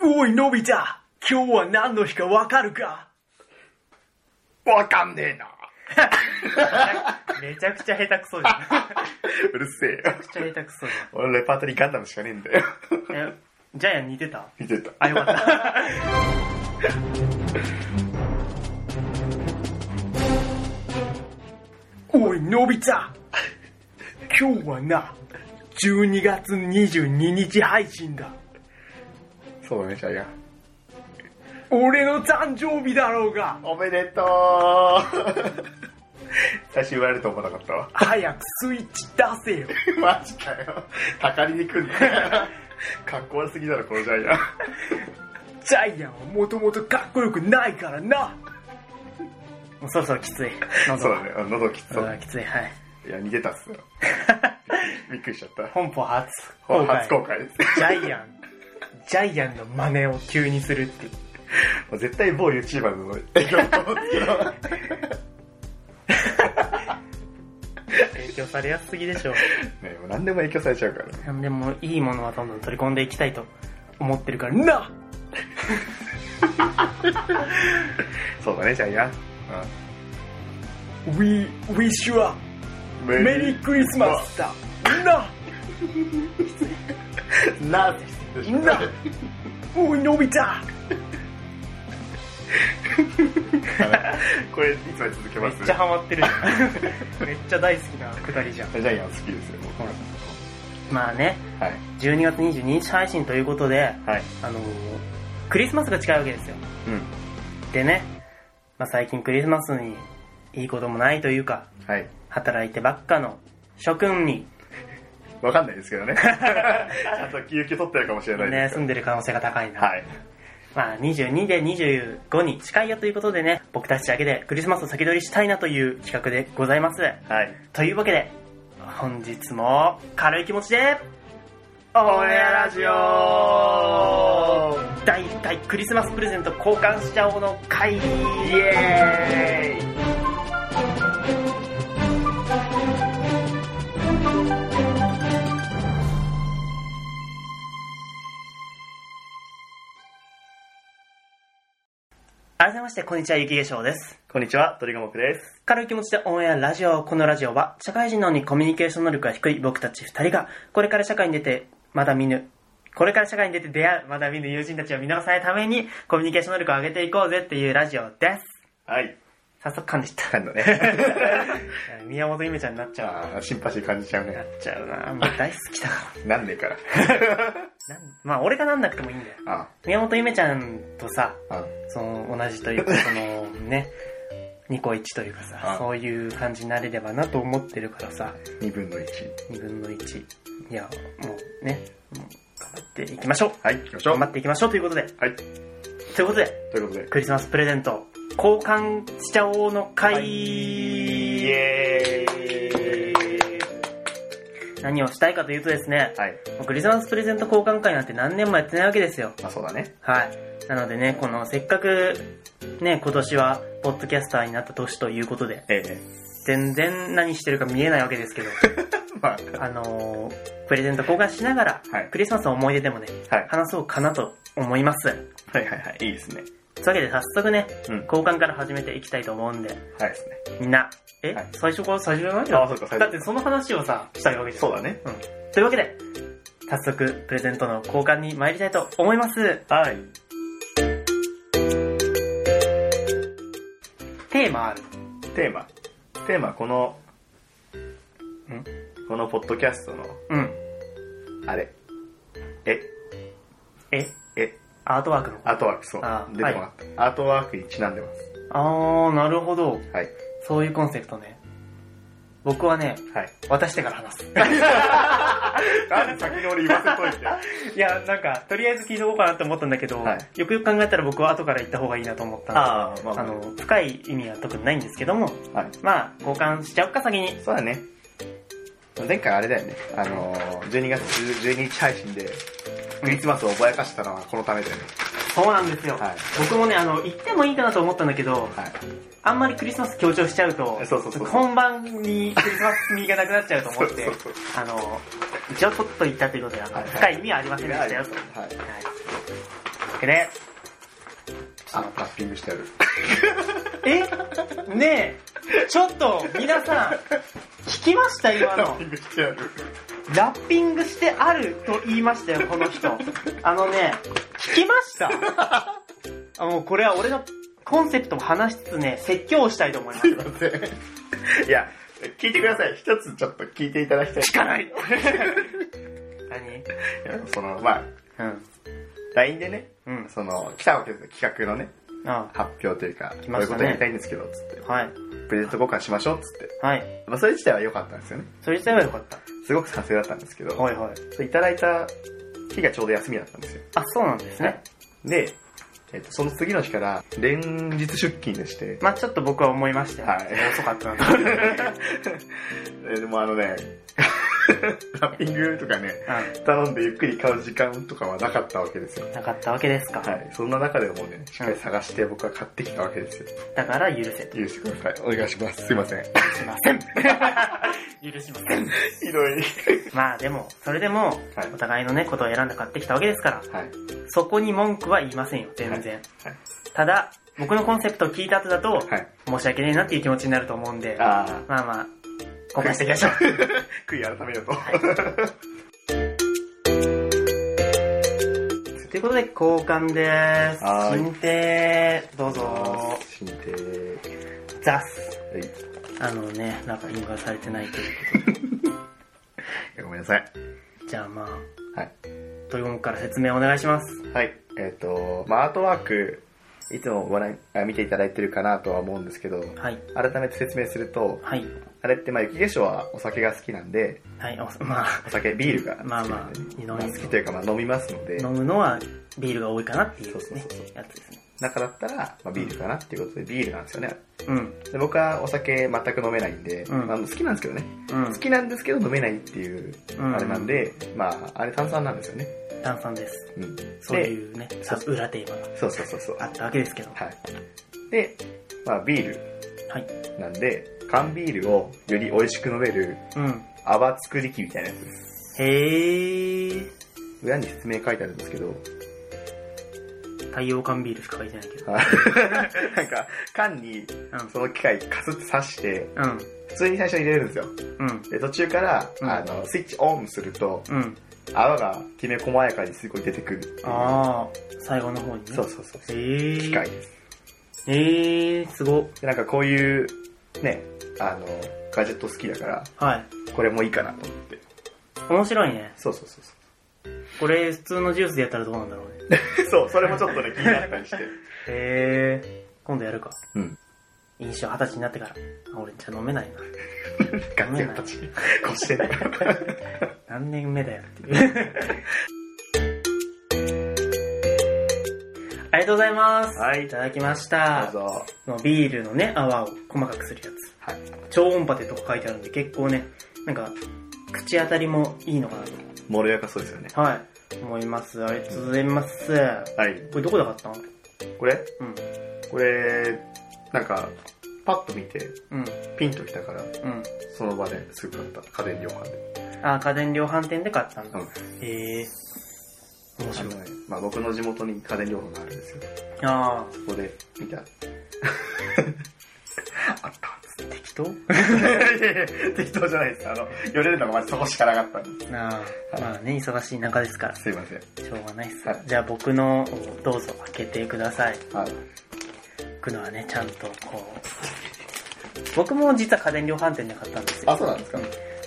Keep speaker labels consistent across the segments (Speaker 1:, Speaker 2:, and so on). Speaker 1: おい、のび太今日は何の日かわかるか
Speaker 2: わかんねえな。
Speaker 3: めちゃくちゃ下手くそじゃん。め
Speaker 2: うるせえよ。
Speaker 3: ちゃくちゃ下手くそじ
Speaker 2: 俺のレパートリーガンダムしかねえんだよ。
Speaker 3: ゃん。え、ジャイアン似てた
Speaker 2: 見てた。
Speaker 3: あ、よかった。
Speaker 1: おい、のび太今日はな、12月22日配信だ。
Speaker 2: そうだね、ジャイアン。
Speaker 1: 俺の誕生日だろうが
Speaker 2: おめでとう最初言われると思わなかったわ。
Speaker 1: 早くスイッチ出せよ。
Speaker 2: マジかよ。たかりに 来んね。かっこ悪すぎだろ、このジャイアン。
Speaker 1: ジャイアンはもともとかっこよくないからな。
Speaker 3: もうそろそろきつい。喉
Speaker 2: そうだね、あ喉きつそ
Speaker 3: そうだ
Speaker 2: う。
Speaker 3: きつい。はい。
Speaker 2: いや、逃げたっすよ。びっくりしちゃった。
Speaker 3: 本邦初公開。
Speaker 2: 初公開です。
Speaker 3: ジャイアン。ジャイアンの真似を急にするっていう。
Speaker 2: もう絶対某 YouTuber の影響だと思うんですけ ど。
Speaker 3: 影響されやすすぎでしょう。
Speaker 2: ね、もう何でも影響されちゃうからね。
Speaker 3: でも、いいものはどんどん取り込んでいきたいと思ってるから。
Speaker 1: な
Speaker 2: そうだね、ジャイアン。
Speaker 1: !We wish you a
Speaker 2: うんメ
Speaker 1: Merry Christmas だな
Speaker 2: なです
Speaker 1: なおい、のび太
Speaker 2: これ、いつまで続け
Speaker 3: め
Speaker 2: ま
Speaker 3: っ
Speaker 2: す
Speaker 3: ちゃハマってるじゃん。 めっちゃ大好きなくだりじゃん。
Speaker 2: ジャイアン好きですよ、僕
Speaker 3: ほらまあね、
Speaker 2: はい。
Speaker 3: 12月22日配信ということで、
Speaker 2: はい。
Speaker 3: あのークリスマスが近いわけですよ。
Speaker 2: うん。
Speaker 3: でね、まあ、最近クリスマスにいいこともないというか、
Speaker 2: はい。
Speaker 3: 働いてばっかの諸君に、
Speaker 2: わかんないですけどね。 ちゃんと休憩取ってるかもしれない
Speaker 3: ね、
Speaker 2: ですけ
Speaker 3: 住んでる可能性が高いな。
Speaker 2: ど。はい。
Speaker 3: まあ、22で25に近いよということでね、僕たちだけでクリスマスを先取りしたいなという企画でございます。
Speaker 2: はい。
Speaker 3: というわけで、本日も軽い気持ちで、オンエアラジオ第1回クリスマスプレゼント交換しちゃおうの会イエーイ改めまして、こんにちは、ゆきげしょうです。
Speaker 2: こんにちは、鳥もくです。
Speaker 3: 軽い気持ちでオンエアラジオ。このラジオは、社会人なのにコミュニケーション能力が低い僕たち二人が、これから社会に出て、まだ見ぬ、これから社会に出て出会う、まだ見ぬ友人たちを見逃さないために、コミュニケーション能力を上げていこうぜっていうラジオです。
Speaker 2: はい。
Speaker 3: 早速噛んでした。
Speaker 2: 感度ね。
Speaker 3: 宮本ゆめちゃんになっちゃう。
Speaker 2: あーシンパシー感じちゃう
Speaker 3: なっ
Speaker 2: ね。
Speaker 3: ちゃうなもう大好きだか
Speaker 2: なんねえから。
Speaker 3: ら。なんまあ、俺がなんなくてもいいんだよ。
Speaker 2: あ
Speaker 3: 宮本ゆめちゃんとさ、
Speaker 2: あ、あ
Speaker 3: その、同じというか、その、ね、ニコイチというかさ
Speaker 2: あ、
Speaker 3: そういう感じになれればなと思ってるからさ、
Speaker 2: 二分の一。
Speaker 3: 2分の1。いや、もうね、もう頑張っていきましょう。
Speaker 2: はい、行きましょう。
Speaker 3: 頑張っていきましょうということで、
Speaker 2: はい。
Speaker 3: ということで、
Speaker 2: ということで。
Speaker 3: クリスマスプレゼント、交換しちゃおうの会、
Speaker 2: イエー
Speaker 3: 何をしたいかというとですね
Speaker 2: イ、はい。
Speaker 3: もうクリスマスプレゼント交換会なんて何年もやってないわけですよ。
Speaker 2: まあそうだね。
Speaker 3: はい。なのでね、この、せっかく、ね、今年は、ポッドキャスターになった年ということで、
Speaker 2: ええ。
Speaker 3: 全然何してるか見えないわけですけ ど、
Speaker 2: まあ、
Speaker 3: あのープレゼント交換しながら、
Speaker 2: はい
Speaker 3: クリスマスの思い出でもね、
Speaker 2: はい。
Speaker 3: 話そうかなと思います。
Speaker 2: はいはいはい。いいですね。
Speaker 3: というわけで早速ね、
Speaker 2: うん
Speaker 3: 交換から始めていきたいと思うんで、
Speaker 2: はいですね。
Speaker 3: みんな、え、
Speaker 2: はい
Speaker 3: 最初から最初じゃない
Speaker 2: あそうか最初
Speaker 3: だってその話をさ、したいわけじゃん。
Speaker 2: そうだね。
Speaker 3: うん。というわけで、早速、プレゼントの交換に参りたいと思います。
Speaker 2: はい。
Speaker 3: テーマある。
Speaker 2: テーマ。テーマ、この、
Speaker 3: ん
Speaker 2: このポッドキャストの、
Speaker 3: うん。
Speaker 2: あれ。え、
Speaker 3: え
Speaker 2: え、
Speaker 3: アートワークの。
Speaker 2: アートワーク、そう
Speaker 3: あ。
Speaker 2: 出てもらった。アートワークにちなんでます。
Speaker 3: あー、なるほど。
Speaker 2: はい。
Speaker 3: そういうコンセプトね。僕はね、
Speaker 2: はい。
Speaker 3: 渡してから話す。
Speaker 2: なんで先に俺言わせといて。
Speaker 3: いや、なんか、とりあえず聞いとこうかなと思ったんだけど、
Speaker 2: はい
Speaker 3: よくよく考えたら僕は後から言った方がいいなと思ったんで
Speaker 2: ああ、まあ、
Speaker 3: あの、深い意味は特にないんですけども、
Speaker 2: はい。
Speaker 3: まあ、交換しちゃおっか、先に。
Speaker 2: そうだね。前回あれだよね。あのー、12月12日配信で、クリスマスをぼやかしたのはこのためだよね。
Speaker 3: そうなんですよ。
Speaker 2: はい
Speaker 3: 僕もね、あの、行ってもいいかなと思ったんだけど、
Speaker 2: はい。
Speaker 3: あんまりクリスマス強調しちゃうと、
Speaker 2: そうそうそうそう
Speaker 3: 本番にクリスマス味がなくなっちゃうと思って、
Speaker 2: そうそう
Speaker 3: あの、一応取っといったということで、あの
Speaker 2: はいはい
Speaker 3: 深い意味はありませんでしたよと。
Speaker 2: はい。
Speaker 3: はいけで、
Speaker 2: あの、ラッピングしてある。
Speaker 3: えねえ、ちょっと、皆さん、聞きました今
Speaker 2: ラッ
Speaker 3: の
Speaker 2: ピ。ングしてある。
Speaker 3: ラッピングしてあると言いましたよ、この人。あのね、聞きましたあもうこれは俺のコンセプトを話しつつね、説教をしたいと思います
Speaker 2: すい。ません。いや、聞いてください。一つちょっと聞いていただきたい。
Speaker 3: 聞かない 何
Speaker 2: いやその、まあ、
Speaker 3: うん。
Speaker 2: LINE でね、
Speaker 3: うん。
Speaker 2: その、来たわけですよ。企画のね、
Speaker 3: あ
Speaker 2: 発表というか、
Speaker 3: 来
Speaker 2: こう
Speaker 3: ま
Speaker 2: いう
Speaker 3: したね
Speaker 2: ことやりたいんですけど、つって。
Speaker 3: はい。
Speaker 2: プレゼント交換しましょう、つって。
Speaker 3: はい。
Speaker 2: まあ、それ自体は良かったんですよね。
Speaker 3: それ自体は良かった。
Speaker 2: すごく賛成だったんですけど、
Speaker 3: はいはい。
Speaker 2: いただいた日がちょうど休みだったんですよ。
Speaker 3: あ、そうなんですね。
Speaker 2: で、えっと、その次の日から、連日出勤でして、
Speaker 3: まあちょっと僕は思いましたよ。
Speaker 2: はい
Speaker 3: 遅かった なと。うん。
Speaker 2: えでもあのね、 ラッピングとかね、頼んでゆっくり買う時間とかはなかったわけですよ。
Speaker 3: なかったわけですか。
Speaker 2: はい。そんな中でもね、しっかり探して僕は買ってきたわけですよ。
Speaker 3: だから許せと。
Speaker 2: 許してください。お願いします。すいません。
Speaker 3: しません。 許しません。
Speaker 2: ひどい。
Speaker 3: まあでも、それでも
Speaker 2: はい、
Speaker 3: お互いのね、ことを選んで買ってきたわけですから、
Speaker 2: はい。
Speaker 3: そこに文句は言いませんよ、全然。
Speaker 2: はい
Speaker 3: ただ、僕のコンセプトを聞いた後だと、
Speaker 2: はい。
Speaker 3: 申し訳ねえなっていう気持ちになると思うんで、
Speaker 2: あ
Speaker 3: まあまあ、後悔していきましょう。
Speaker 2: ー、悔い改めようと。
Speaker 3: ということで、交換で
Speaker 2: は
Speaker 3: ーす。
Speaker 2: ーい
Speaker 3: 進呈、どうぞ。
Speaker 2: 進呈。
Speaker 3: ザス。
Speaker 2: は
Speaker 3: あ
Speaker 2: い。
Speaker 3: のね、ラッピングはされてないという
Speaker 2: ごめんなさい。
Speaker 3: こと。じゃあまあ、
Speaker 2: はい。
Speaker 3: ドリゴンから説明お願いします。
Speaker 2: はい。えっ、と、まあ、アートワーク、いつもご覧、あ見ていただいてるかなとは思うんですけど、
Speaker 3: はい。
Speaker 2: 改めて説明すると、
Speaker 3: はい。
Speaker 2: あれって、まあ、雪化粧はお酒が好きなんで、
Speaker 3: はい。おまあ、
Speaker 2: お酒、ビールが好き
Speaker 3: まあ
Speaker 2: な
Speaker 3: ま
Speaker 2: ん
Speaker 3: あ
Speaker 2: でね、
Speaker 3: 二
Speaker 2: ま
Speaker 3: 度
Speaker 2: あ
Speaker 3: 目
Speaker 2: 好きというか、まあ、飲みますので
Speaker 3: 飲、むのはビールが多いかなっていうね、
Speaker 2: そうそうそう
Speaker 3: やつですね。
Speaker 2: 中だったら、まあ、ビールかなっていうことで、ビールなんですよね。
Speaker 3: うん。
Speaker 2: で僕はお酒全く飲めないんで、
Speaker 3: うん
Speaker 2: まあ、好きなんですけどね。
Speaker 3: うん
Speaker 2: 好。きなんですけど飲めないっていう、
Speaker 3: うん
Speaker 2: あれなんで、まあ、あれ炭酸なんですよね。
Speaker 3: 炭酸です。
Speaker 2: うん。
Speaker 3: そう
Speaker 2: で、
Speaker 3: いうね、さ裏テーマが
Speaker 2: そうそうそうそう。
Speaker 3: あったわけですけど。
Speaker 2: はい。で、まあ、ビール。
Speaker 3: はい。
Speaker 2: なんで、缶ビールをより美味しく飲める
Speaker 3: うん。
Speaker 2: 泡作り機みたいなやつです。
Speaker 3: へー。
Speaker 2: 裏に説明書いてあるんですけど、
Speaker 3: 太陽缶ビールしか書いてないけど。
Speaker 2: あ なんか、缶にその機械カスって刺して、
Speaker 3: うん。
Speaker 2: 普通に最初に入れるんですよ。
Speaker 3: うん。うん。
Speaker 2: で、途中から、
Speaker 3: うん
Speaker 2: あの、スイッチオンすると、
Speaker 3: うん。
Speaker 2: 泡がきめ細やかにすごい出てくるっていう。
Speaker 3: あー、最後の方にね。
Speaker 2: そうそうそう
Speaker 3: へ
Speaker 2: そう。
Speaker 3: ー。
Speaker 2: 機械です。
Speaker 3: えー、すご。
Speaker 2: で、なんかこういう、ね、あの、ガジェット好きだから、
Speaker 3: はい。
Speaker 2: これもいいかなと思って。
Speaker 3: 面白いね。
Speaker 2: そうそうそうそ
Speaker 3: これ、普通のジュースでやったらどうなんだろうね。
Speaker 2: う。 そう、それもちょっとね、気になったりして。
Speaker 3: へー。今度やるか。
Speaker 2: うん。
Speaker 3: 飲酒二十歳になってから。あ俺、茶飲めないな。
Speaker 2: ガジェットち、こう してね。
Speaker 3: 何年目だよって いう。ありがとうございます。
Speaker 2: はい
Speaker 3: いただきまし
Speaker 2: どう
Speaker 3: た。
Speaker 2: ぞ。
Speaker 3: このビールのね、泡を細かくするやつ。
Speaker 2: はい。
Speaker 3: 超音波でとか書いてあるんで、結構ね、なんか、口当たりもいいのかなと。
Speaker 2: もろやかそうですよね。
Speaker 3: はい。思います。ありがとうございます。
Speaker 2: はい。
Speaker 3: これどこで買ったの
Speaker 2: これ
Speaker 3: うん。
Speaker 2: これ、なんか、パッと見て、
Speaker 3: うん。
Speaker 2: ピンときたから、
Speaker 3: うん。
Speaker 2: その場ですぐ買った。家電量販で。
Speaker 3: あ、家電量販店で買ったん
Speaker 2: う
Speaker 3: だ。
Speaker 2: ん。
Speaker 3: へえ。面
Speaker 2: あ
Speaker 3: 白
Speaker 2: の
Speaker 3: い。
Speaker 2: ね、まあ僕の地元に家電量販があるんですよ。
Speaker 3: あ
Speaker 2: そこで見た。 あった
Speaker 3: あ、適当
Speaker 2: いやいや適当じゃないです。あの、寄れるのがまずそこしかなかったんで
Speaker 3: なあ、まあね、忙しい中ですから。
Speaker 2: す。すいません。
Speaker 3: しょうがないっす、
Speaker 2: はい
Speaker 3: じゃあ僕のをどうぞ開けてください
Speaker 2: はい。
Speaker 3: 僕のはねちゃんとこう僕も実は家電量販店で買ったんですよ
Speaker 2: あ、そうなんですか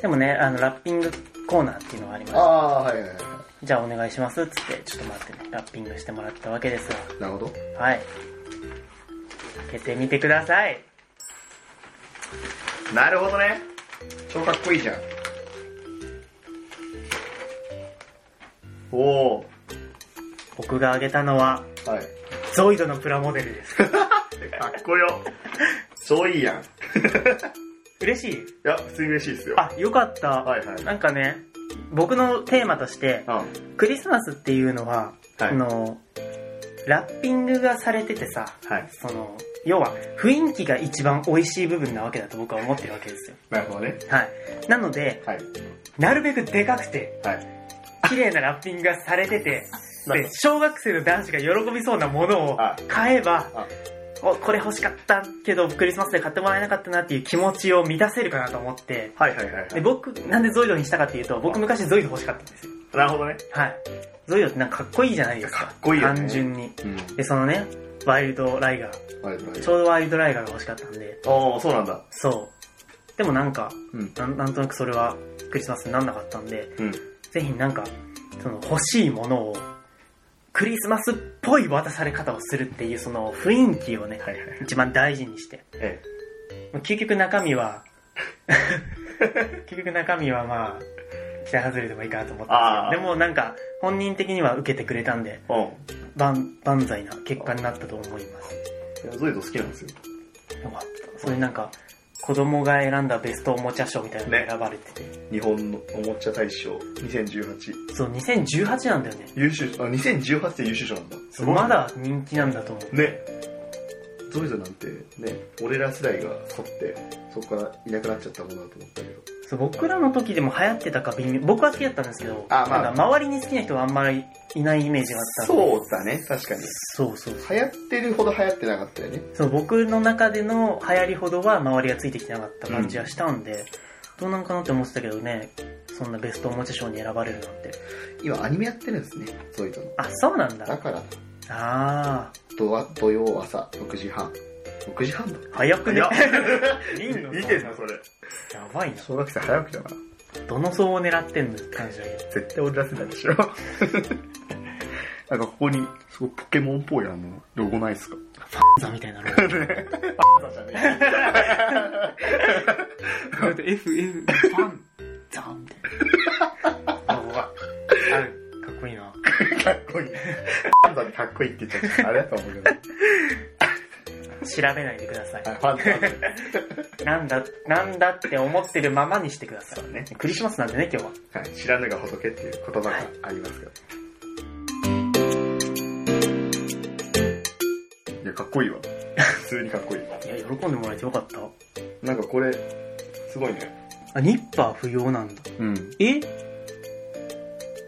Speaker 3: でもねあのラッピングコーナーっていうのがありま
Speaker 2: あ
Speaker 3: す
Speaker 2: あ、はいはいは
Speaker 3: じゃあお願いしますっつってちょっと待ってねラッピングしてもらったわけです
Speaker 2: い。なるほど。
Speaker 3: わはい開けてみてください
Speaker 2: なるほどね。超かっこいいじゃん。おー。
Speaker 3: 僕があげたのは
Speaker 2: はい。
Speaker 3: ゾイドのプラモデルです
Speaker 2: かっこよ。超いいやん。い
Speaker 3: 嬉しい
Speaker 2: や、普通に嬉しいですよ。
Speaker 3: あよかった、
Speaker 2: はいはい
Speaker 3: なんかね僕のテーマとして
Speaker 2: うん。
Speaker 3: クリスマスっていうのは、
Speaker 2: はい
Speaker 3: あのラッピングがされててさ
Speaker 2: はい。
Speaker 3: その要は雰囲気が一番美味しい部分なわけだと僕は思ってるわけですよ
Speaker 2: なるほどね。
Speaker 3: はいなので
Speaker 2: はい。
Speaker 3: なるべくでかくて
Speaker 2: はい。
Speaker 3: 綺麗なラッピングがされてて
Speaker 1: なるほ
Speaker 3: で小学生の男子が喜びそうなものを
Speaker 2: はい
Speaker 3: 買えば
Speaker 2: はい、
Speaker 3: おこれ欲しかったけどクリスマスで買ってもらえなかったなっていう気持ちを満たせるかなと思って、
Speaker 2: はいはいはいは
Speaker 3: で
Speaker 2: い。
Speaker 3: 僕、なんでゾイドにしたかっていうと、僕昔ゾイド欲しかったんですよ。
Speaker 2: なるほどね。
Speaker 3: はい。ゾイドってなんかかっこいいじゃないですか。
Speaker 2: かっこいいよね
Speaker 3: 単純に。
Speaker 2: うん。
Speaker 3: で、そのね、ワイルドライガー。
Speaker 2: ありがとうございま
Speaker 3: ち
Speaker 2: す
Speaker 3: ょうどワイルドライガーが欲しかったんで、
Speaker 2: ああ、そうなんだ。
Speaker 3: そう。でもなんか、
Speaker 2: うん。
Speaker 3: なんなんとなくそれはクリスマスになんなかったんで、
Speaker 2: うん。
Speaker 3: ぜひなんか、その欲しいものを、クリスマスっぽい渡され方をするっていうその雰囲気をね、
Speaker 2: はいはいはい。
Speaker 3: 一番大事にして。
Speaker 2: え
Speaker 3: まあ究極中身は、究極中身はまあ、期待外れでもいいかなと思ったん
Speaker 2: あ
Speaker 3: ですけ
Speaker 2: ー
Speaker 3: ど、でもなんか、本人的には受けてくれたんで、
Speaker 2: え。うん。
Speaker 3: 万万歳な結果になったと思います。
Speaker 2: いや、ゾイド好きなんですよ。
Speaker 3: よかった。そういうなんか、子供が選んだベストおもちゃ賞みたいなのが選ばれてて、
Speaker 2: 日本のおもちゃ大賞2018。
Speaker 3: そう、2018なんだよね。
Speaker 2: 優秀、あ、2018で優秀賞なんだ。すごいね
Speaker 3: ま。だ人気なんだと思う。
Speaker 2: ね。ゾイドなんてね、俺ら世代が去って、そこからいなくなっちゃったものだと思ったけど。
Speaker 3: そう僕らの時でも流行ってたか微妙僕は好きだったんですけど
Speaker 2: あまあ
Speaker 3: なんか周りに好きな人はあんまりいないイメージがあったんで
Speaker 2: そうだね、確かに。
Speaker 3: そうそうそう
Speaker 2: 流行ってるほど流行ってなかったよね。
Speaker 3: そう僕の中での流行りほどは周りがついてきてなかった感じはしたんで、どうなんかなって思ってたけどねそんなベストおもちゃ賞に選ばれるなんて
Speaker 2: 今アニメやってるんですね、ゾイドの。
Speaker 3: あそうなん
Speaker 2: だ
Speaker 3: だ
Speaker 2: から、
Speaker 3: あ
Speaker 2: 土は土曜朝6時半。6時半だ。
Speaker 3: あ早くね
Speaker 2: 早
Speaker 3: いいの
Speaker 2: それ。
Speaker 3: やばいな
Speaker 2: 小学生早起きだな。
Speaker 3: どの層を狙ってんのって感じだけど
Speaker 2: 絶対俺ら世代でしょ。 なんかここに、すごいポケモンっぽいあの、ロゴないですか
Speaker 3: ザみたいなの
Speaker 1: F、F、ファン、ザン みたい
Speaker 3: あるかっこいいな
Speaker 2: かっこいい。パンダにかっこいいって言っちゃう。あれだと思うけど。
Speaker 3: 調べないでください
Speaker 2: あパンダ。
Speaker 3: なんだ、なんだって思ってるままにしてください。
Speaker 2: ね
Speaker 3: クリスマスなんでね、今日は。
Speaker 2: はい、知らぬが仏っていう言葉がありますけど。いや、かっこいいわ。普通にかっこいい。
Speaker 3: いや、喜んでもらえてよかった。
Speaker 2: なんかこれ、すごいね。
Speaker 3: あ、ニッパー不要なんだ。
Speaker 2: うん。
Speaker 3: え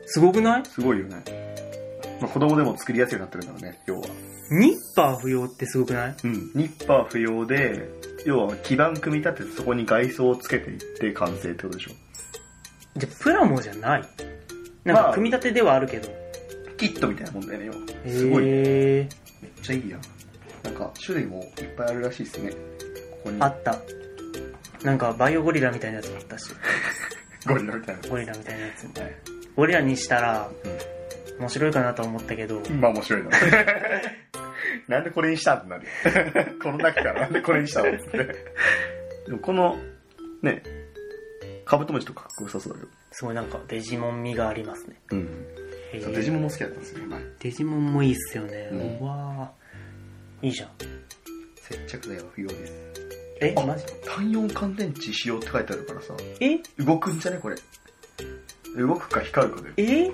Speaker 3: すごくない
Speaker 2: すごいよね。まあ、子供でも作りやすいようになってるんだろうね、要は。
Speaker 3: ニッパー不要ってすごくない
Speaker 2: うん。ニッパー不要で、要は基板組み立ててそこに外装をつけていって完成ってことでしょ。
Speaker 3: じゃ、プラモじゃない。なん
Speaker 2: ま
Speaker 3: か、
Speaker 2: あ
Speaker 3: 組み立てではあるけど。
Speaker 2: キットみたいなもんだよね、要は。すごい。
Speaker 3: へー
Speaker 2: めっちゃいいやん。なんか、種類もいっぱいあるらしいですね。ここに。
Speaker 3: あった。なんか、バイオゴリラみたいなやつもあったし、
Speaker 2: ゴリラみたいな。
Speaker 3: ゴリラみたいなやつも。
Speaker 2: はい。
Speaker 3: ゴリラにしたら、面白いかなと思ったけど、
Speaker 2: まあ面 白いな。なんでこれにしたんってなるよこの中からなんでこれにしたのって。でもこの、ね、カブトムシとかかっこよさそうだけど。
Speaker 3: すごいなんか、デジモン味がありますね。
Speaker 2: うん。
Speaker 3: へー
Speaker 2: デジモンも好きだったんですよ、前。
Speaker 3: デジモンもいいっすよね。
Speaker 2: うん
Speaker 3: うわーいいじゃん。
Speaker 2: 接着剤は不要です。
Speaker 3: え、
Speaker 2: あ
Speaker 3: マジ
Speaker 2: 単四乾電池使用って書いてあるからさ、
Speaker 3: え
Speaker 2: 動くんじゃねこれ。動くか光るかで。
Speaker 3: え
Speaker 2: めっ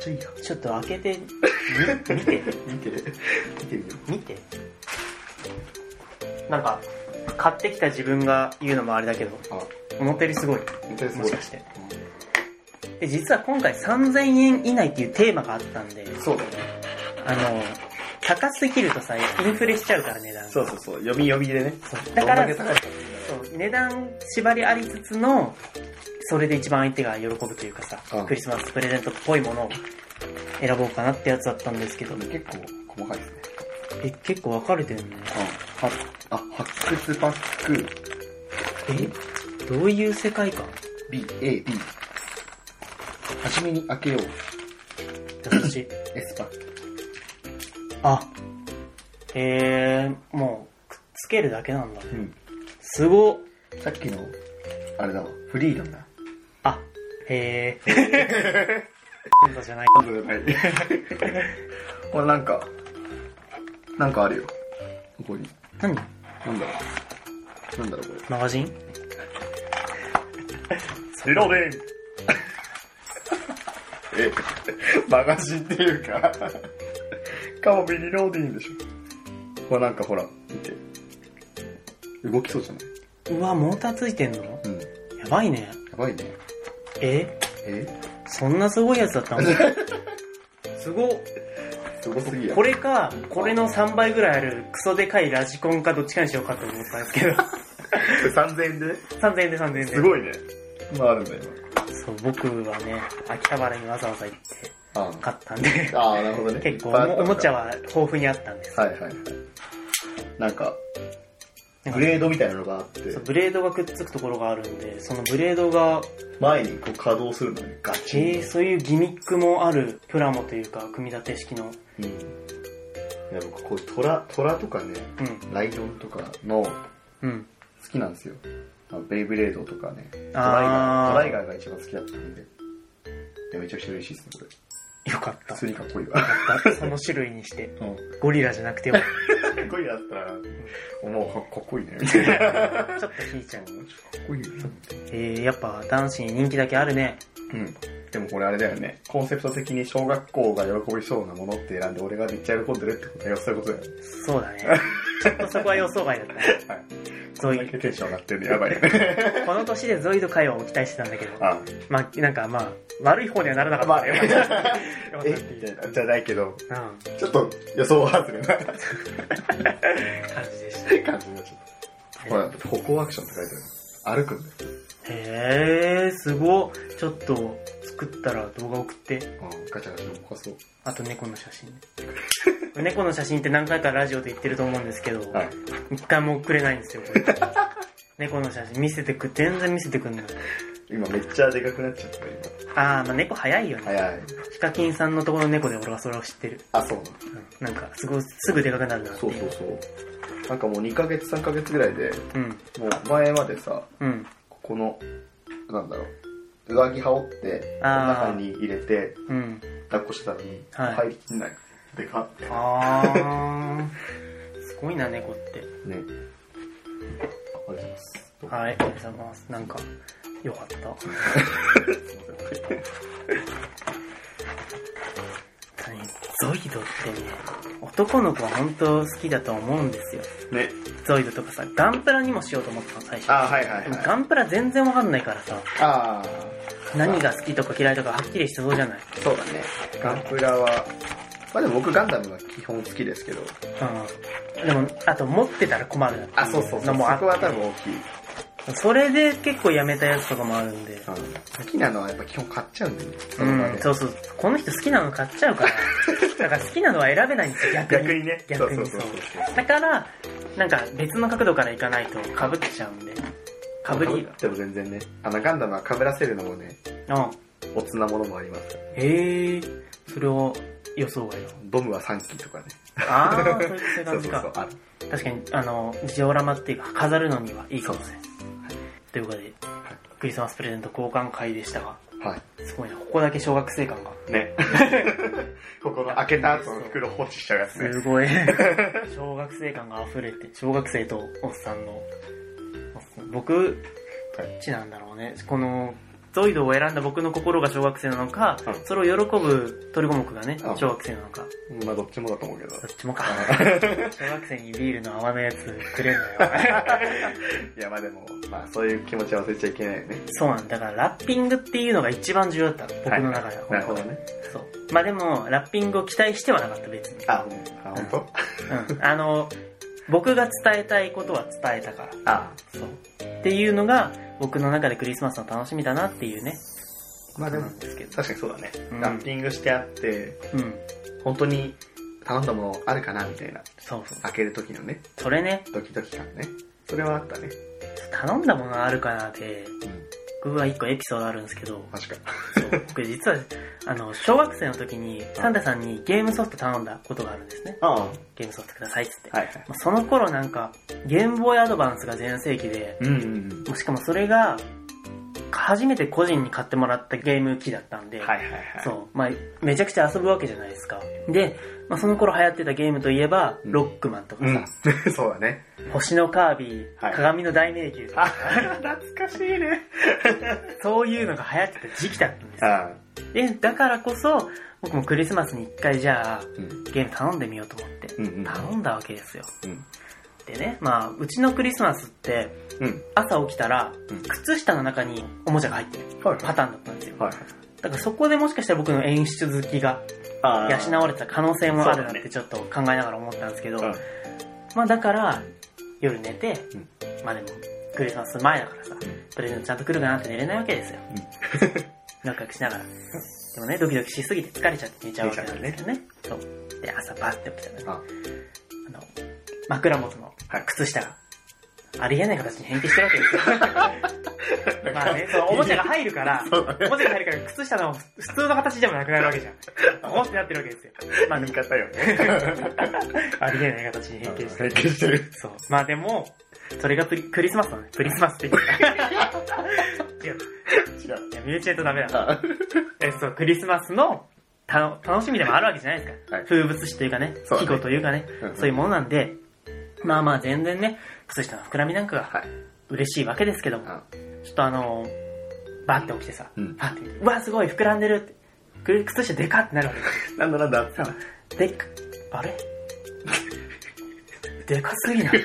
Speaker 2: ちゃいいや
Speaker 3: ちょっと開けて、み見て、
Speaker 2: ん。見て、見てみよ
Speaker 3: 見て。なんか、買ってきた自分が言うのもあれだけど、
Speaker 2: う。あ、
Speaker 3: 思ったよりすごい。
Speaker 2: 本当にす
Speaker 3: も
Speaker 2: ごい
Speaker 3: しか。して。で、実は今回3000円以内っていうテーマがあったんで、
Speaker 2: そうだよね。
Speaker 3: あの、高すぎるとさ、インフレしちゃうから値段が。
Speaker 2: そうそうそう。読み読みでね。
Speaker 3: だか
Speaker 2: どん
Speaker 3: ら
Speaker 2: だけ高い
Speaker 3: そう値段縛りありつつのそれで一番相手が喜ぶというかさ、
Speaker 2: うん
Speaker 3: クリスマスプレゼントっぽいものを選ぼうかなってやつだったんですけど、
Speaker 2: 結構細かいですね。
Speaker 3: え結構分かれてるね
Speaker 2: は、あ、ハックスパック
Speaker 3: えどういう世界観
Speaker 2: B、A、B。はじめに開けよう。
Speaker 3: 私
Speaker 2: S パック。
Speaker 3: あえー、もうくっつけるだけなんだ
Speaker 2: うん。
Speaker 3: すごっ
Speaker 2: さっきの、あれだわ。フリーダムだ。
Speaker 3: あへ え今度じゃない
Speaker 2: これなんか、なんかあるよ。ここに。
Speaker 3: 何
Speaker 2: なんだろう。なんだろう、こ
Speaker 3: マガジン
Speaker 2: れ。リローデン え、マガジンっていうか、カモビリローディンでしょ。これなんかほら、見て。動きそうじゃないう
Speaker 3: わモーターついてんの
Speaker 2: うん。や
Speaker 3: やばいね
Speaker 2: ばいね。
Speaker 3: え
Speaker 2: え
Speaker 3: そんなすごいやつだったのすすごっ
Speaker 2: すごすぎや
Speaker 3: これか、これの3倍ぐらいあるクソでかいラジコンかどっちかにしようかと思ったんですけ ど、
Speaker 2: 3000円でね。
Speaker 3: 3000円で3000円です
Speaker 2: ごいね今あるんだよ
Speaker 3: そう、僕はね、秋葉原にわざわざ行って
Speaker 2: あ
Speaker 3: 買ったん で、
Speaker 2: あーなるほどね
Speaker 3: 結構
Speaker 2: いっぱいあった
Speaker 3: お
Speaker 2: のか
Speaker 3: もちゃは豊富にあったんです。
Speaker 2: はいはいなんか
Speaker 3: なんか
Speaker 2: グレードみたいなのがあって
Speaker 3: そうブレードがくっつくところがあるんで、そのブレードが、
Speaker 2: 前にこう稼働するのねガチン
Speaker 3: えー、そういうギミックもあるプラモというか、組み立て式の、
Speaker 2: うんいや僕こうトラトラとかね
Speaker 3: うん、
Speaker 2: ライオンとかの好
Speaker 3: うん。
Speaker 2: きなんですよあのベイブレードとかねトライガー
Speaker 3: あー
Speaker 2: トライガーが一番好きだったんでいやめちゃくちゃ嬉しいですねこれ
Speaker 3: よかっ
Speaker 2: 普
Speaker 3: た。
Speaker 2: 通にかっこいいわ
Speaker 3: その種類にして、
Speaker 2: うん
Speaker 3: ゴリラじゃなくても、
Speaker 2: かっこいいだったらもうかっこいいねみたいなか
Speaker 3: ちょっとひいちゃう。
Speaker 2: っこいいよね
Speaker 3: えー、やっぱ男子に人気だけあるね。
Speaker 2: うん。でもこれあれだよね。コンセプト的に小学校が喜びそうなものって選んで、俺がめっちゃ喜んでるってことはよそういうことだよね。
Speaker 3: そうだね。 ちょっとそこは予想外だったね。
Speaker 2: はい。
Speaker 3: ゾ
Speaker 2: こんだ
Speaker 3: イ
Speaker 2: けテンション上がってるのやばいよね。
Speaker 3: この年でゾイド会話を期待してたんだけど、
Speaker 2: あ
Speaker 3: まあ、なんかまあ、悪い方にはな らな かったね。よかったって
Speaker 2: え
Speaker 3: いう
Speaker 2: みたいな。じゃないけど、
Speaker 3: うん、
Speaker 2: ちょっと予想外れな
Speaker 3: 感じでした。
Speaker 2: 感じになっちゃった。ほら、歩行アクションって書いてある。歩くんだよ。
Speaker 3: へえー、すごっ。ちょっと作ったら動画送って、
Speaker 2: うんガチャガチャ動かそう。
Speaker 3: あと猫の写 真。猫の写真って何回かラジオで言ってると思うんですけど、
Speaker 2: はい。
Speaker 3: 一回も送れないんですよ、これ猫の写真見せてく、全然見せてくんない。
Speaker 2: 今めっちゃでかくなっちゃった、今。
Speaker 3: あー、まあ猫早いよね。
Speaker 2: 早い。
Speaker 3: ヒカキンさんのところの猫で俺はそれを知ってる。
Speaker 2: あ、そうなの。
Speaker 3: うんなんか、すごい、すぐでかくなるなって
Speaker 2: そう
Speaker 3: い。
Speaker 2: そううそう。なんかもう2ヶ月、3ヶ月ぐらいで、
Speaker 3: うん。
Speaker 2: もう前までさ、
Speaker 3: うん。
Speaker 2: ここの、なんだろう、上着羽織って、この
Speaker 3: あー
Speaker 2: 中に入れて、
Speaker 3: うん。
Speaker 2: 抱っこしてたのに、
Speaker 3: はい
Speaker 2: 入りきんない。でかっ。
Speaker 3: あー。 すごいな、猫って。
Speaker 2: ね。ありがとうございます。
Speaker 3: はい、ありがとうございます。なんか、よかった。ゾイドってね、男の子は本当好きだと思うんですよ。
Speaker 2: ね。
Speaker 3: ゾイドとかさ、ガンプラにもしようと思ったの、最初。
Speaker 2: あーはいはい
Speaker 3: でも
Speaker 2: はい。
Speaker 3: ガンプラ全然わかんないからさ、
Speaker 2: あ
Speaker 3: 何が好きとか嫌いとかはっきりしてそうじゃない。
Speaker 2: ー、そうだね。ガンプラは、まあでも僕ガンダムが基本好きですけど、
Speaker 3: うん。でも、あと持ってたら困るなってい
Speaker 2: そ
Speaker 3: の
Speaker 2: こ
Speaker 3: もあっ
Speaker 2: は多分大きい。
Speaker 3: てそれで結構やめたやつとかもあるんで。
Speaker 2: 好きなのはやっぱ基本買っちゃうんだよね。そうの場
Speaker 3: ん、
Speaker 2: で
Speaker 3: そうそう。この人好きなの買っちゃう から。だから好きなのは選べないんですよ、逆に。
Speaker 2: 逆にね。
Speaker 3: 逆にそう。だから、なんか別の角度からいかないと被っちゃうんで。被り、うん。
Speaker 2: でも全然ね。あのガンダムは被らせるのもね、おつなものもあります。
Speaker 3: へえ、それを予想 外だ。
Speaker 2: ボムは3機とかね。
Speaker 3: あー、そういう
Speaker 2: そ
Speaker 3: 感
Speaker 2: う
Speaker 3: じ
Speaker 2: そう
Speaker 3: か。
Speaker 2: そう。ある
Speaker 3: 確かに、あの、ジオラマっていうか、飾るのにはいいかもしれないです。ということで、クリスマスプレゼント交換会でしたが、
Speaker 2: は
Speaker 3: すごいな、ここだけ小学生感が。
Speaker 2: い。ね。 ここの開けた後の袋放置しちゃうやつね。
Speaker 3: す ごい。小学生感が溢れて、小学生とおっさんの、おっさん僕、どっちなんだろうね。この、ゾイドを選んだ僕の心が小学生なのか、
Speaker 2: うん
Speaker 3: それを喜ぶ鳥五目がね、
Speaker 2: うん
Speaker 3: 小学生なのか、
Speaker 2: まあどっちもだと思うけ
Speaker 3: ど
Speaker 2: ど。
Speaker 3: っちもか。 小学生にビールの泡のやつくれんのよ。
Speaker 2: いやまあでも、まあそういう気持ちは忘れちゃいけないよね。
Speaker 3: そうなんだ。だからラッピングっていうのが一番重要だった。僕の中では。
Speaker 2: なるほどね。
Speaker 3: そう。まあでも、ラッピングを期待してはなかった、別に。
Speaker 2: あ、あ、本当？
Speaker 3: うん。あの、僕が伝えたいことは伝えたから。
Speaker 2: あ、
Speaker 3: そう。っていうのが、僕の中でクリスマスの楽しみだなっていうね。
Speaker 2: まあで
Speaker 3: な
Speaker 2: も、
Speaker 3: んですけど。
Speaker 2: 確かにそうだね
Speaker 3: う。ん
Speaker 2: ラッピングしてあって、
Speaker 3: うん。
Speaker 2: 本当に頼んだものあるかなみたいな。
Speaker 3: そうそう。
Speaker 2: 開ける時のね、
Speaker 3: それね、
Speaker 2: ドキドキ感ね。それはあったね。
Speaker 3: 頼んだものあるかなで、
Speaker 2: うん。
Speaker 3: 僕は一個エピソードあるんですけど、
Speaker 2: マジか。
Speaker 3: そう僕実は、あの、小学生の時に、サンタさんにゲームソフト頼んだことがあるんですね。
Speaker 2: ああ。は
Speaker 3: ゲームソフトくださいって言って。
Speaker 2: いはい。
Speaker 3: まあその頃なんか、ゲームボーイアドバンスが全盛期で、
Speaker 2: うんうん
Speaker 3: もうしかもそれが、初めて個人に買ってもらったゲーム機だったんで、
Speaker 2: うん。はいはいはい。
Speaker 3: そう。まあ、めちゃくちゃ遊ぶわけじゃないですか。で、まあ、その頃流行ってたゲームといえば、
Speaker 2: うん
Speaker 3: ロックマンとか
Speaker 2: う
Speaker 3: さ、
Speaker 2: ん。 そうだね。
Speaker 3: 星のカービィ、
Speaker 2: はい
Speaker 3: 鏡の大迷宮とか、
Speaker 2: あ、懐かしいね。
Speaker 3: そういうのが流行ってた時期だったんですよ。
Speaker 2: あ
Speaker 3: で、だからこそ、僕もクリスマスに一回じゃあ、
Speaker 2: うん。
Speaker 3: ゲーム頼んでみようと思って、
Speaker 2: うんうん
Speaker 3: 頼んだわけですよ。
Speaker 2: うん。
Speaker 3: でね、まあ、うちのクリスマスって、
Speaker 2: うん。
Speaker 3: 朝起きたら
Speaker 2: うん、
Speaker 3: 靴下の中におもちゃが入ってる
Speaker 2: はい
Speaker 3: パターンだったんですよ。
Speaker 2: はい。
Speaker 3: だからそこでもしかしたら僕の演出好きが
Speaker 2: あー
Speaker 3: 養われてた可能性もあるなっ
Speaker 2: そうだね
Speaker 3: てちょっと考えながら思ったんですけど、
Speaker 2: うん
Speaker 3: まあだから、夜寝て、
Speaker 2: うん
Speaker 3: まあでも、クリスマス前だからさ、プレゼントちゃんと来るかなって寝れないわけですよ。ワクワクしながら。でもね、ドキドキしすぎて疲れちゃって寝ちゃうわけなんですよね。そう。で、朝バッて起きたらね、
Speaker 2: あ
Speaker 3: あの、枕元の
Speaker 2: はい
Speaker 3: 靴下が、ありえない形に変形してるわけですよ。まあね、そのおもちゃが入るから、おもちゃが入るから靴下の普通の形でもなくなるわけじゃん。おってなってるわけですよ。まあ
Speaker 2: 言
Speaker 3: で
Speaker 2: い
Speaker 3: も、
Speaker 2: 方よね。
Speaker 3: ありえない形に変形してる。
Speaker 2: 変形してる。
Speaker 3: そう。まあでも、それがプリクリスマスなのね。クリスマスって 言ってた。違う。
Speaker 2: 違う。
Speaker 3: いや、身内とダメだ。
Speaker 2: あ
Speaker 3: え、そう、クリスマスのたの楽しみでもあるわけじゃないですか。
Speaker 2: はい
Speaker 3: 風物詩というかね、
Speaker 2: そうだ
Speaker 3: 季
Speaker 2: ね
Speaker 3: 語というかね、
Speaker 2: うん
Speaker 3: そういうものなんで、まあまあ全然ね、靴下の膨らみなんかが
Speaker 2: はい。
Speaker 3: 嬉しいわけですけども、
Speaker 2: あ
Speaker 3: ちょっとあのバーって起きてさ、
Speaker 2: うん
Speaker 3: パッて、うわ、すごい、膨らんでるって。く靴下でかってなるわけですよ
Speaker 2: なんだなんだ。
Speaker 3: さあ、でっか、あれ でかすぎない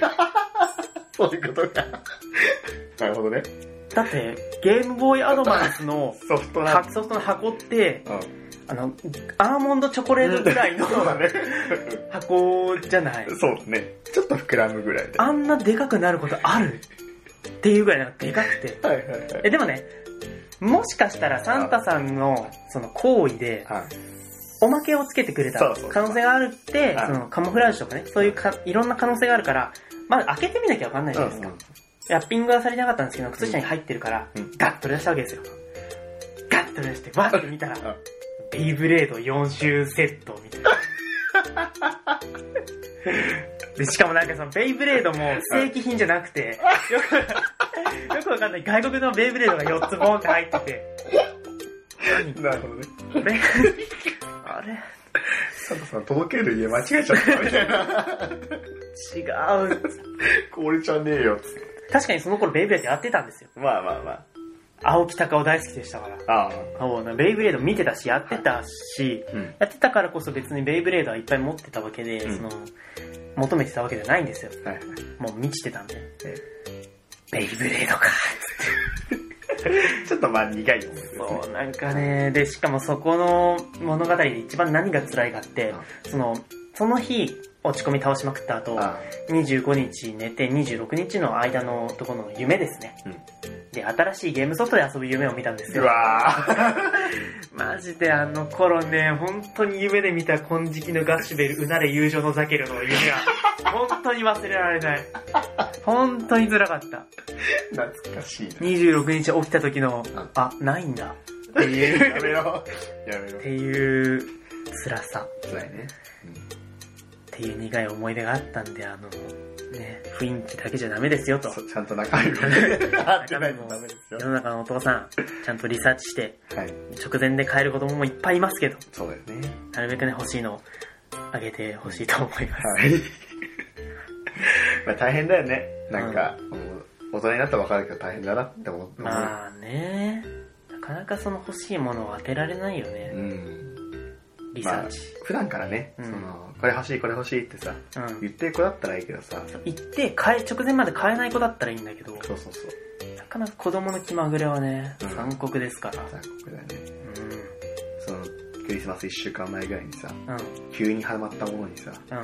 Speaker 2: そういうことか。なるほどね。
Speaker 3: だって、ゲームボーイアドバンスの、
Speaker 2: ソフトな
Speaker 3: は。ソフトの箱って、
Speaker 2: うん。
Speaker 3: あの、アーモンドチョコレートぐらいの
Speaker 2: そうだね。
Speaker 3: 箱じゃない。
Speaker 2: そうですね。ちょっと膨らむぐらいで。
Speaker 3: あんなでかくなることあるっていうぐらいなんかでかくて。
Speaker 2: はいはいはい。
Speaker 3: え、でもね、もしかしたらサンタさんのその行為で、
Speaker 2: あ
Speaker 3: おまけをつけてくれた
Speaker 2: そうそう
Speaker 3: 可能性があるって、
Speaker 2: はい
Speaker 3: そのカモフラージュとかね、そういうかいろんな可能性があるから、まあ開けてみなきゃわかんないじゃないですか。ラッピングはされてなかったんですけど、靴下に入ってるから、
Speaker 2: うん
Speaker 3: ガッと取り出したわけですよ。ガッと取り出して、わって見たら、ベイブレード4周セットみたい な。で、しかもなんかそのベイブレードも正規品じゃなくて、よく、よくわかんない外国のベイブレードが4つボンって入ってて、
Speaker 2: なるほどね。
Speaker 3: あれあれ
Speaker 2: サンタさん届ける家間違えちゃったみたいな。
Speaker 3: 違う。
Speaker 2: これじゃねえよ。
Speaker 3: 確かにその頃ベイブレードやってたんですよ。
Speaker 2: まあまあま
Speaker 3: 青木隆夫大好きでしたから。
Speaker 2: あ。ああ。
Speaker 3: そうなベイブレード見てたし、やってたし、
Speaker 2: うん。
Speaker 3: やってたからこそ別にベイブレードはいっぱい持ってたわけで、
Speaker 2: うん
Speaker 3: その、求めてたわけじゃないんですよ。
Speaker 2: はい。
Speaker 3: もう満ちてたんで。
Speaker 2: え
Speaker 3: ベイブレードか。
Speaker 2: ちょっとまあ苦い思いですね。
Speaker 3: そう、なんかね、で、しかもそこの物語で一番何が辛いかって、その、その日、落ち込み倒しまくった後、
Speaker 2: あ
Speaker 3: 25日寝て26日の間のところの夢ですね。
Speaker 2: うん
Speaker 3: で、新しいゲームソフトで遊ぶ夢を見たんです
Speaker 2: あ。
Speaker 3: よ。
Speaker 2: うわー
Speaker 3: マジであの頃ね、本当に夢で見た金色のガッシュベル、うなれ友情のザケルの夢が、本当に忘れられない。本当に辛かった。
Speaker 2: 懐かしいな。
Speaker 3: 26日起きた時の
Speaker 2: ん、
Speaker 3: あ、ないんだ。っていう、
Speaker 2: やめ ろ。やめろ
Speaker 3: って。いう辛さ、っ
Speaker 2: 辛いね。
Speaker 3: ていう苦い思い出があったんで、あの、ね、雰囲気だけじゃダメですよと。
Speaker 2: そうちゃんと中身が 合ってないとダメですよ
Speaker 3: 世。の中のお父さん、ちゃんとリサーチして、
Speaker 2: はい。
Speaker 3: 直前で買える子供もいっぱいいますけど、
Speaker 2: そうだよね。
Speaker 3: なるべくね、欲しいのをあげてほしいと思います。
Speaker 2: はい。 まあ大変だよね。なんか、もう大人になったら分かるけど大変だなって思って。
Speaker 3: まあね、なかなかその欲しいものを当てられないよ
Speaker 2: う
Speaker 3: ね、
Speaker 2: ん。
Speaker 3: リサーチ。
Speaker 2: 普段からね、
Speaker 3: うん
Speaker 2: その、これ欲しいこれ欲しいってさ、
Speaker 3: うん
Speaker 2: 言ってる子だったらいいけどさ、
Speaker 3: 行って買え、直前まで買えない子だったらいいんだけど、
Speaker 2: そうそうそう。
Speaker 3: なかなか子供の気まぐれはね、
Speaker 2: うん
Speaker 3: 残酷ですから。
Speaker 2: 残酷だよね。
Speaker 3: う
Speaker 2: その、クリスマス1週間前ぐらいにさ、
Speaker 3: ん。うん。
Speaker 2: 急にハマったものにさ、
Speaker 3: うん。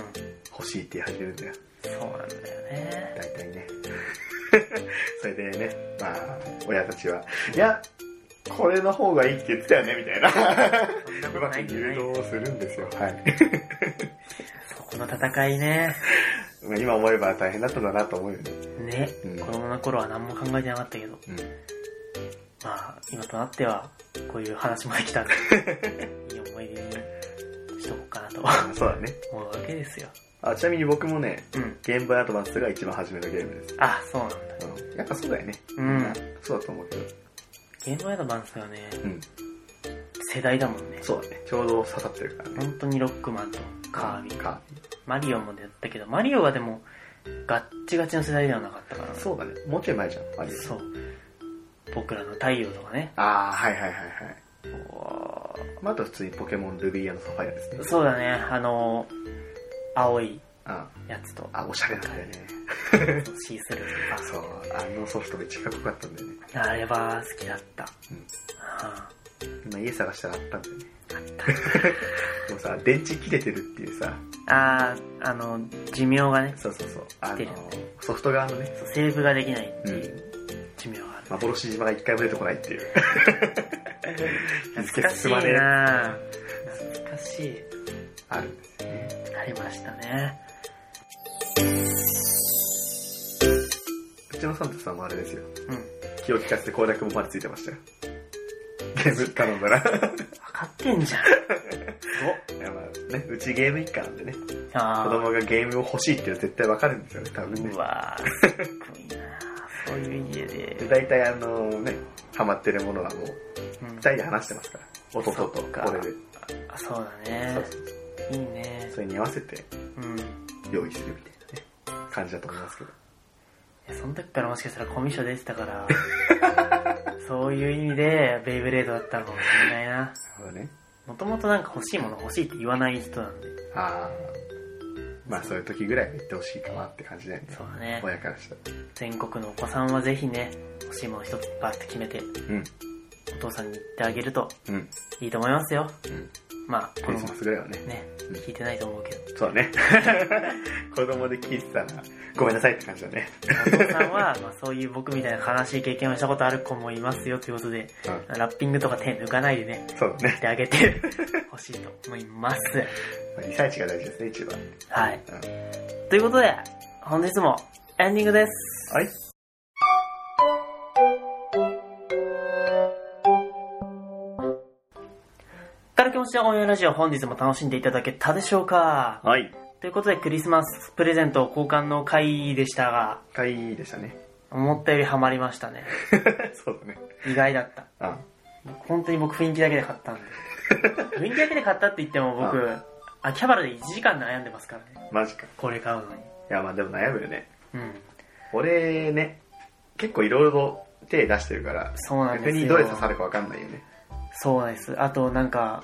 Speaker 2: 欲しいって言い始めるんだよ。
Speaker 3: そうなんだよね。
Speaker 2: 大体ね。 それでね、まあ、親たちは、いや、これの方がいいって言ってたよね、みた いな。
Speaker 3: そんな
Speaker 2: う
Speaker 3: こと
Speaker 2: ま
Speaker 3: な
Speaker 2: く
Speaker 3: いんじゃ
Speaker 2: 誘
Speaker 3: ない
Speaker 2: 導をするんですよ。はい。
Speaker 3: そこの戦いね。
Speaker 2: まあ今思えば大変だったんだなと思うよね。
Speaker 3: ね。
Speaker 2: うん
Speaker 3: 子供の頃は何も考えてなかったけど、まあ、今となっては、こういう話もできたんで、 いい思い出にしとこうかなと
Speaker 2: あそうだね。
Speaker 3: 思うわけですよ。
Speaker 2: あ、ちなみに僕もね、
Speaker 3: うん。
Speaker 2: ゲームボーイアドバンスが一番初めのゲームです。
Speaker 3: あ、そうなんだ。
Speaker 2: うんやっぱそうだよね。
Speaker 3: うん。
Speaker 2: そうだと思うけど。
Speaker 3: ゲームアドバンスはね、
Speaker 2: うん。
Speaker 3: 世代だもんね。
Speaker 2: そうだね。ちょうど刺さってるからね。
Speaker 3: 本当にロックマンとカービィ。
Speaker 2: か。
Speaker 3: マリオもやったけど、マリオはでも、ガッチガチの世代ではなかったからね
Speaker 2: そうだね。もうちょい前じゃん、マリオ。
Speaker 3: そう。僕らの太陽とかね。
Speaker 2: ああ、はいはいはいはい。まあ、あと普通にポケモンルビーサファイアですね。
Speaker 3: そうだね、あの青い
Speaker 2: あ
Speaker 3: やつと、
Speaker 2: あ、おしゃれなんだよね。
Speaker 3: シースルーと
Speaker 2: そう、あのソフトめっちゃかっこよかったんだよね。
Speaker 3: か。あれは好きだった。
Speaker 2: うん
Speaker 3: ああ
Speaker 2: 今家探したらあったんだよね。で もさ、電池切れてるっていうさ、
Speaker 3: ああ、あの、寿命がね、
Speaker 2: そうそうそう、あ
Speaker 3: 切れ
Speaker 2: の
Speaker 3: てる、
Speaker 2: ソフト側のね、
Speaker 3: そうセーブができないって
Speaker 2: う、
Speaker 3: いうん寿命がある。
Speaker 2: 幻島が一回も出てこないっていう。
Speaker 3: 懐かしい
Speaker 2: 日付進まね
Speaker 3: なぁ懐かしい。
Speaker 2: えあるんですよね。
Speaker 3: ありましたね。
Speaker 2: うちのサンタさんもあれですよ。
Speaker 3: うん。分
Speaker 2: 気を利かせて攻略もまでついてましたよ。ゲーム頼んだら。
Speaker 3: かってんじゃん。
Speaker 2: いやまあね、うちゲーム一家なんでね、子
Speaker 3: あ
Speaker 2: 供がゲームを欲しいっていうのは絶対わかるんですよね、多分
Speaker 3: ー
Speaker 2: ね
Speaker 3: う。わぁ、すっごいなぁそういう家
Speaker 2: で、
Speaker 3: で。
Speaker 2: 大体あのね、ハマってるものはもう、
Speaker 3: うん
Speaker 2: 二人で話してますから。弟と
Speaker 3: そっか
Speaker 2: 俺で。
Speaker 3: あそうだ
Speaker 2: そう
Speaker 3: ね。
Speaker 2: そう
Speaker 3: い
Speaker 2: そ
Speaker 3: いね
Speaker 2: う。。それに合わせて
Speaker 3: うん。い
Speaker 2: 用意するみたいなね、感じだと思いますけど。
Speaker 3: やその時からもしかしたらコミュ障出てた から、そういう意味でベイブレードだったのかもしれないな。
Speaker 2: そうね。
Speaker 3: もともとなんか欲しいもの欲しいって言わない人なんで。
Speaker 2: ああ。まあそういう時ぐらいは言ってほしいかなって感じだよね。
Speaker 3: そうだね。
Speaker 2: 親からしたら。
Speaker 3: 全国のお子さんはぜひね、欲しいもの一つバーって決めて、
Speaker 2: うん。
Speaker 3: お父さんに言ってあげると
Speaker 2: うん。うん。
Speaker 3: いいと思いますよ。
Speaker 2: ク
Speaker 3: まあ、こ
Speaker 2: リ
Speaker 3: の
Speaker 2: スマスぐらいはね。
Speaker 3: ね、
Speaker 2: うん
Speaker 3: 聞いてないと思うけど。
Speaker 2: そうだね。 子供で聞いてたら、ごめんなさいって感じだね。
Speaker 3: お父さんは、まあそういう僕みたいな悲しい経験をしたことある子もいますよということで、
Speaker 2: う
Speaker 3: ラッピングとか手抜かないでね、
Speaker 2: ん。そうだ
Speaker 3: やっ
Speaker 2: ね。
Speaker 3: てあげてほしいと思います。
Speaker 2: まあリサーチが大事ですね、一番。
Speaker 3: はい。
Speaker 2: うん。
Speaker 3: ということで、本日もエンディングです。
Speaker 2: はい。
Speaker 3: 軽気持ちのオンエアラジオ本日も楽しんでいただけたでしょうか
Speaker 2: はい。
Speaker 3: ということでクリスマスプレゼント交換の会でしたが、
Speaker 2: 一回でしたね。
Speaker 3: 思ったよりハマりましたね。
Speaker 2: そうだね。
Speaker 3: 意外だった。
Speaker 2: あ
Speaker 3: 僕本当に僕雰囲気だけで買ったんで。雰囲気だけで買ったって言っても僕、秋葉原で1時間悩んでますからね。
Speaker 2: マジか。い
Speaker 3: これ買うのに。
Speaker 2: や、まあでも悩むよね。
Speaker 3: うん。
Speaker 2: 俺ね、結構いろいろと手出してるから、
Speaker 3: そうなんですよ
Speaker 2: 逆にどれ刺さるかわかんないよね。
Speaker 3: そうです。あとなんか、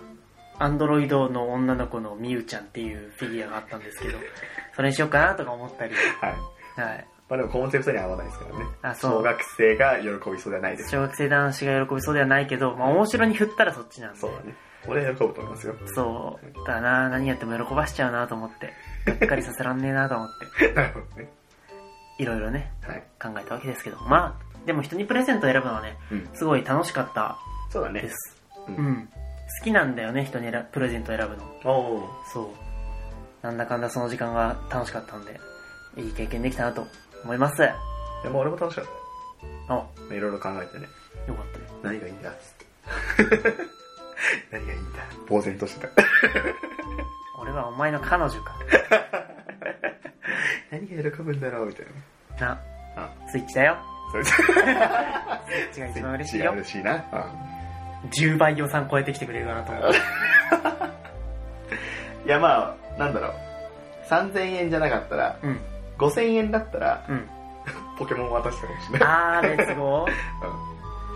Speaker 3: アンドロイドの女の子のみゆちゃんっていうフィギュアがあったんですけ ど、それにしようかなとか思ったり。
Speaker 2: はい。
Speaker 3: はい。
Speaker 2: まあでもコンセプトに合わないですからね。
Speaker 3: あそう
Speaker 2: 小学生が喜びそうじゃないです。
Speaker 3: 小学生男子が喜びそうではないけど、まあ面白に振ったらそっちなんで。
Speaker 2: そうだね。俺喜ぶと思いますよ。
Speaker 3: そうだな何やっても喜ばしちゃうなと思って。がっかりさせらんねえなと思って。
Speaker 2: なるほどね。
Speaker 3: いろいろね、
Speaker 2: はい。
Speaker 3: 考えたわけですけど。まあ、でも人にプレゼントを選ぶのはね、
Speaker 2: うん。
Speaker 3: すごい楽しかった
Speaker 2: そうだね
Speaker 3: で。す。
Speaker 2: う
Speaker 3: うんん。好きなんだよね、人に選プレゼントを選ぶの。
Speaker 2: おお。
Speaker 3: そう。なんだかんだその時間が楽しかったんで、いい経験できたなと思います。あ、
Speaker 2: でも俺も楽しかっ
Speaker 3: よ
Speaker 2: た。まあいろいろ考えてね。
Speaker 3: かったね。
Speaker 2: 何がいいん だっつって。何がいいんだ。呆然としてた。
Speaker 3: 俺はお前の彼女か。
Speaker 2: 何が喜ぶんだろうみたい
Speaker 3: な、
Speaker 2: な。あ、
Speaker 3: スイッチだよ。
Speaker 2: それ
Speaker 3: スイッチが一番嬉しい
Speaker 2: 違う
Speaker 3: よ。
Speaker 2: 嬉しいな。あ
Speaker 3: 10倍予算超えてきてくれるかなと 思う。
Speaker 2: いやまあ、なんだろう。3000円じゃなかったら、
Speaker 3: うん、
Speaker 2: 5000円だったら、
Speaker 3: うん。
Speaker 2: ポケモン渡したかもしれない。
Speaker 3: あー、レッツ ゴ
Speaker 2: うん。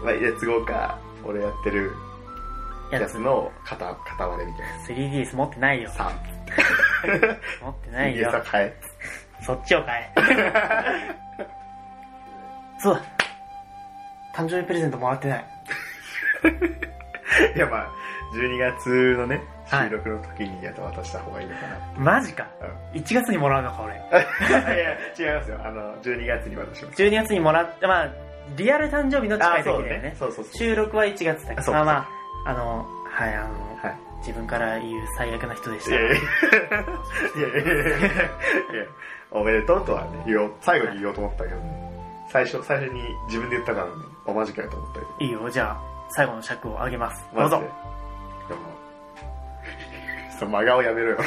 Speaker 2: まあ、レッツゴーか、俺やってる
Speaker 3: ー。や
Speaker 2: や
Speaker 3: つ
Speaker 2: つ、の片、片割れみたいな。
Speaker 3: 3DS 持ってないよ。
Speaker 2: 3。
Speaker 3: 持ってない
Speaker 2: さ
Speaker 3: よ。
Speaker 2: 買え。
Speaker 3: そっちを買え。 そうだ。誕生日プレゼントもらってない。
Speaker 2: いやまあ、12月のね、
Speaker 3: はい
Speaker 2: 収録の時にやっと渡した方がいいのかな。
Speaker 3: マジか。
Speaker 2: うん
Speaker 3: 1月にもらうのか、俺。
Speaker 2: いや、違いますよ。あの、12月に渡します。
Speaker 3: 12月にもらって、まあ、リアル誕生日の近い時だよね。
Speaker 2: そうそうそう。
Speaker 3: 収録は1月だけ
Speaker 2: あ
Speaker 3: ど、
Speaker 2: そう
Speaker 3: ま
Speaker 2: か
Speaker 3: あまあ、あの、はい、あの、
Speaker 2: はい。
Speaker 3: 自分から言う最悪な人でし
Speaker 2: い
Speaker 3: た。
Speaker 2: やいやいやいやいやいやいやおめでとうとはね、言おう、最後に言おうと思ったけどね。最初、最初に自分で言ったからね、おまじかやと思ったけど。
Speaker 3: いいよ、じゃあ、最後の尺をあげます。ど
Speaker 2: マ
Speaker 3: う
Speaker 2: ジ
Speaker 3: ぞ
Speaker 2: で。。でも、その真顔やめ ろよ。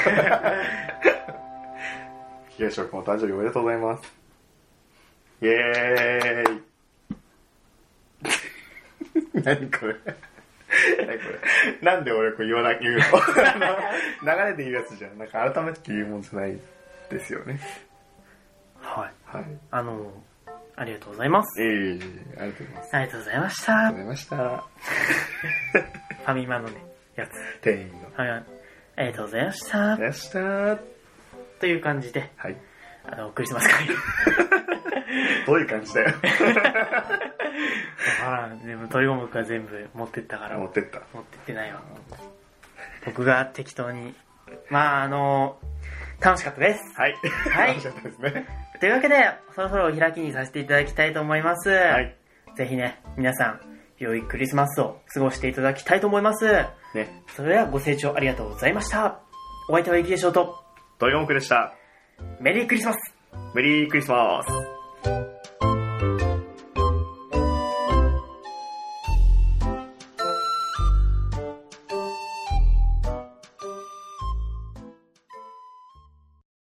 Speaker 2: 東翔くんお誕生日おめでとうございます。イエーイ 何これ何これなんで俺これ言わなきゃ言うの あの流れで言うやつじゃん。なんか改めて言うもんじゃないですよね。
Speaker 3: はい。
Speaker 2: はい。
Speaker 3: あの、ありがとうございます。
Speaker 2: ええありがとうございます。
Speaker 3: ありがとうございました。
Speaker 2: ありがとうございました。
Speaker 3: ファミマのね、やつ。
Speaker 2: 店員の。
Speaker 3: ファミマありがとうございました。
Speaker 2: でした。は
Speaker 3: という感じで、
Speaker 2: い。
Speaker 3: あの、クリスマス会。
Speaker 2: どういう感じだよ。
Speaker 3: からんでも鳥五目は全部持ってったから
Speaker 2: 持ってった。
Speaker 3: 持ってってないわ僕が適当にまああの楽しかったです
Speaker 2: はい。
Speaker 3: はい
Speaker 2: 楽しかったですね。
Speaker 3: というわけでそろそろお開きにさせていただきたいと思います、
Speaker 2: はい。
Speaker 3: ぜひね皆さん良いクリスマスを過ごしていただきたいと思います
Speaker 2: ね。
Speaker 3: それではご清聴ありがとうございましたお相手はゆきでしょうと
Speaker 2: トイゴンクでした。
Speaker 3: メリークリスマス
Speaker 2: メリークリスマス。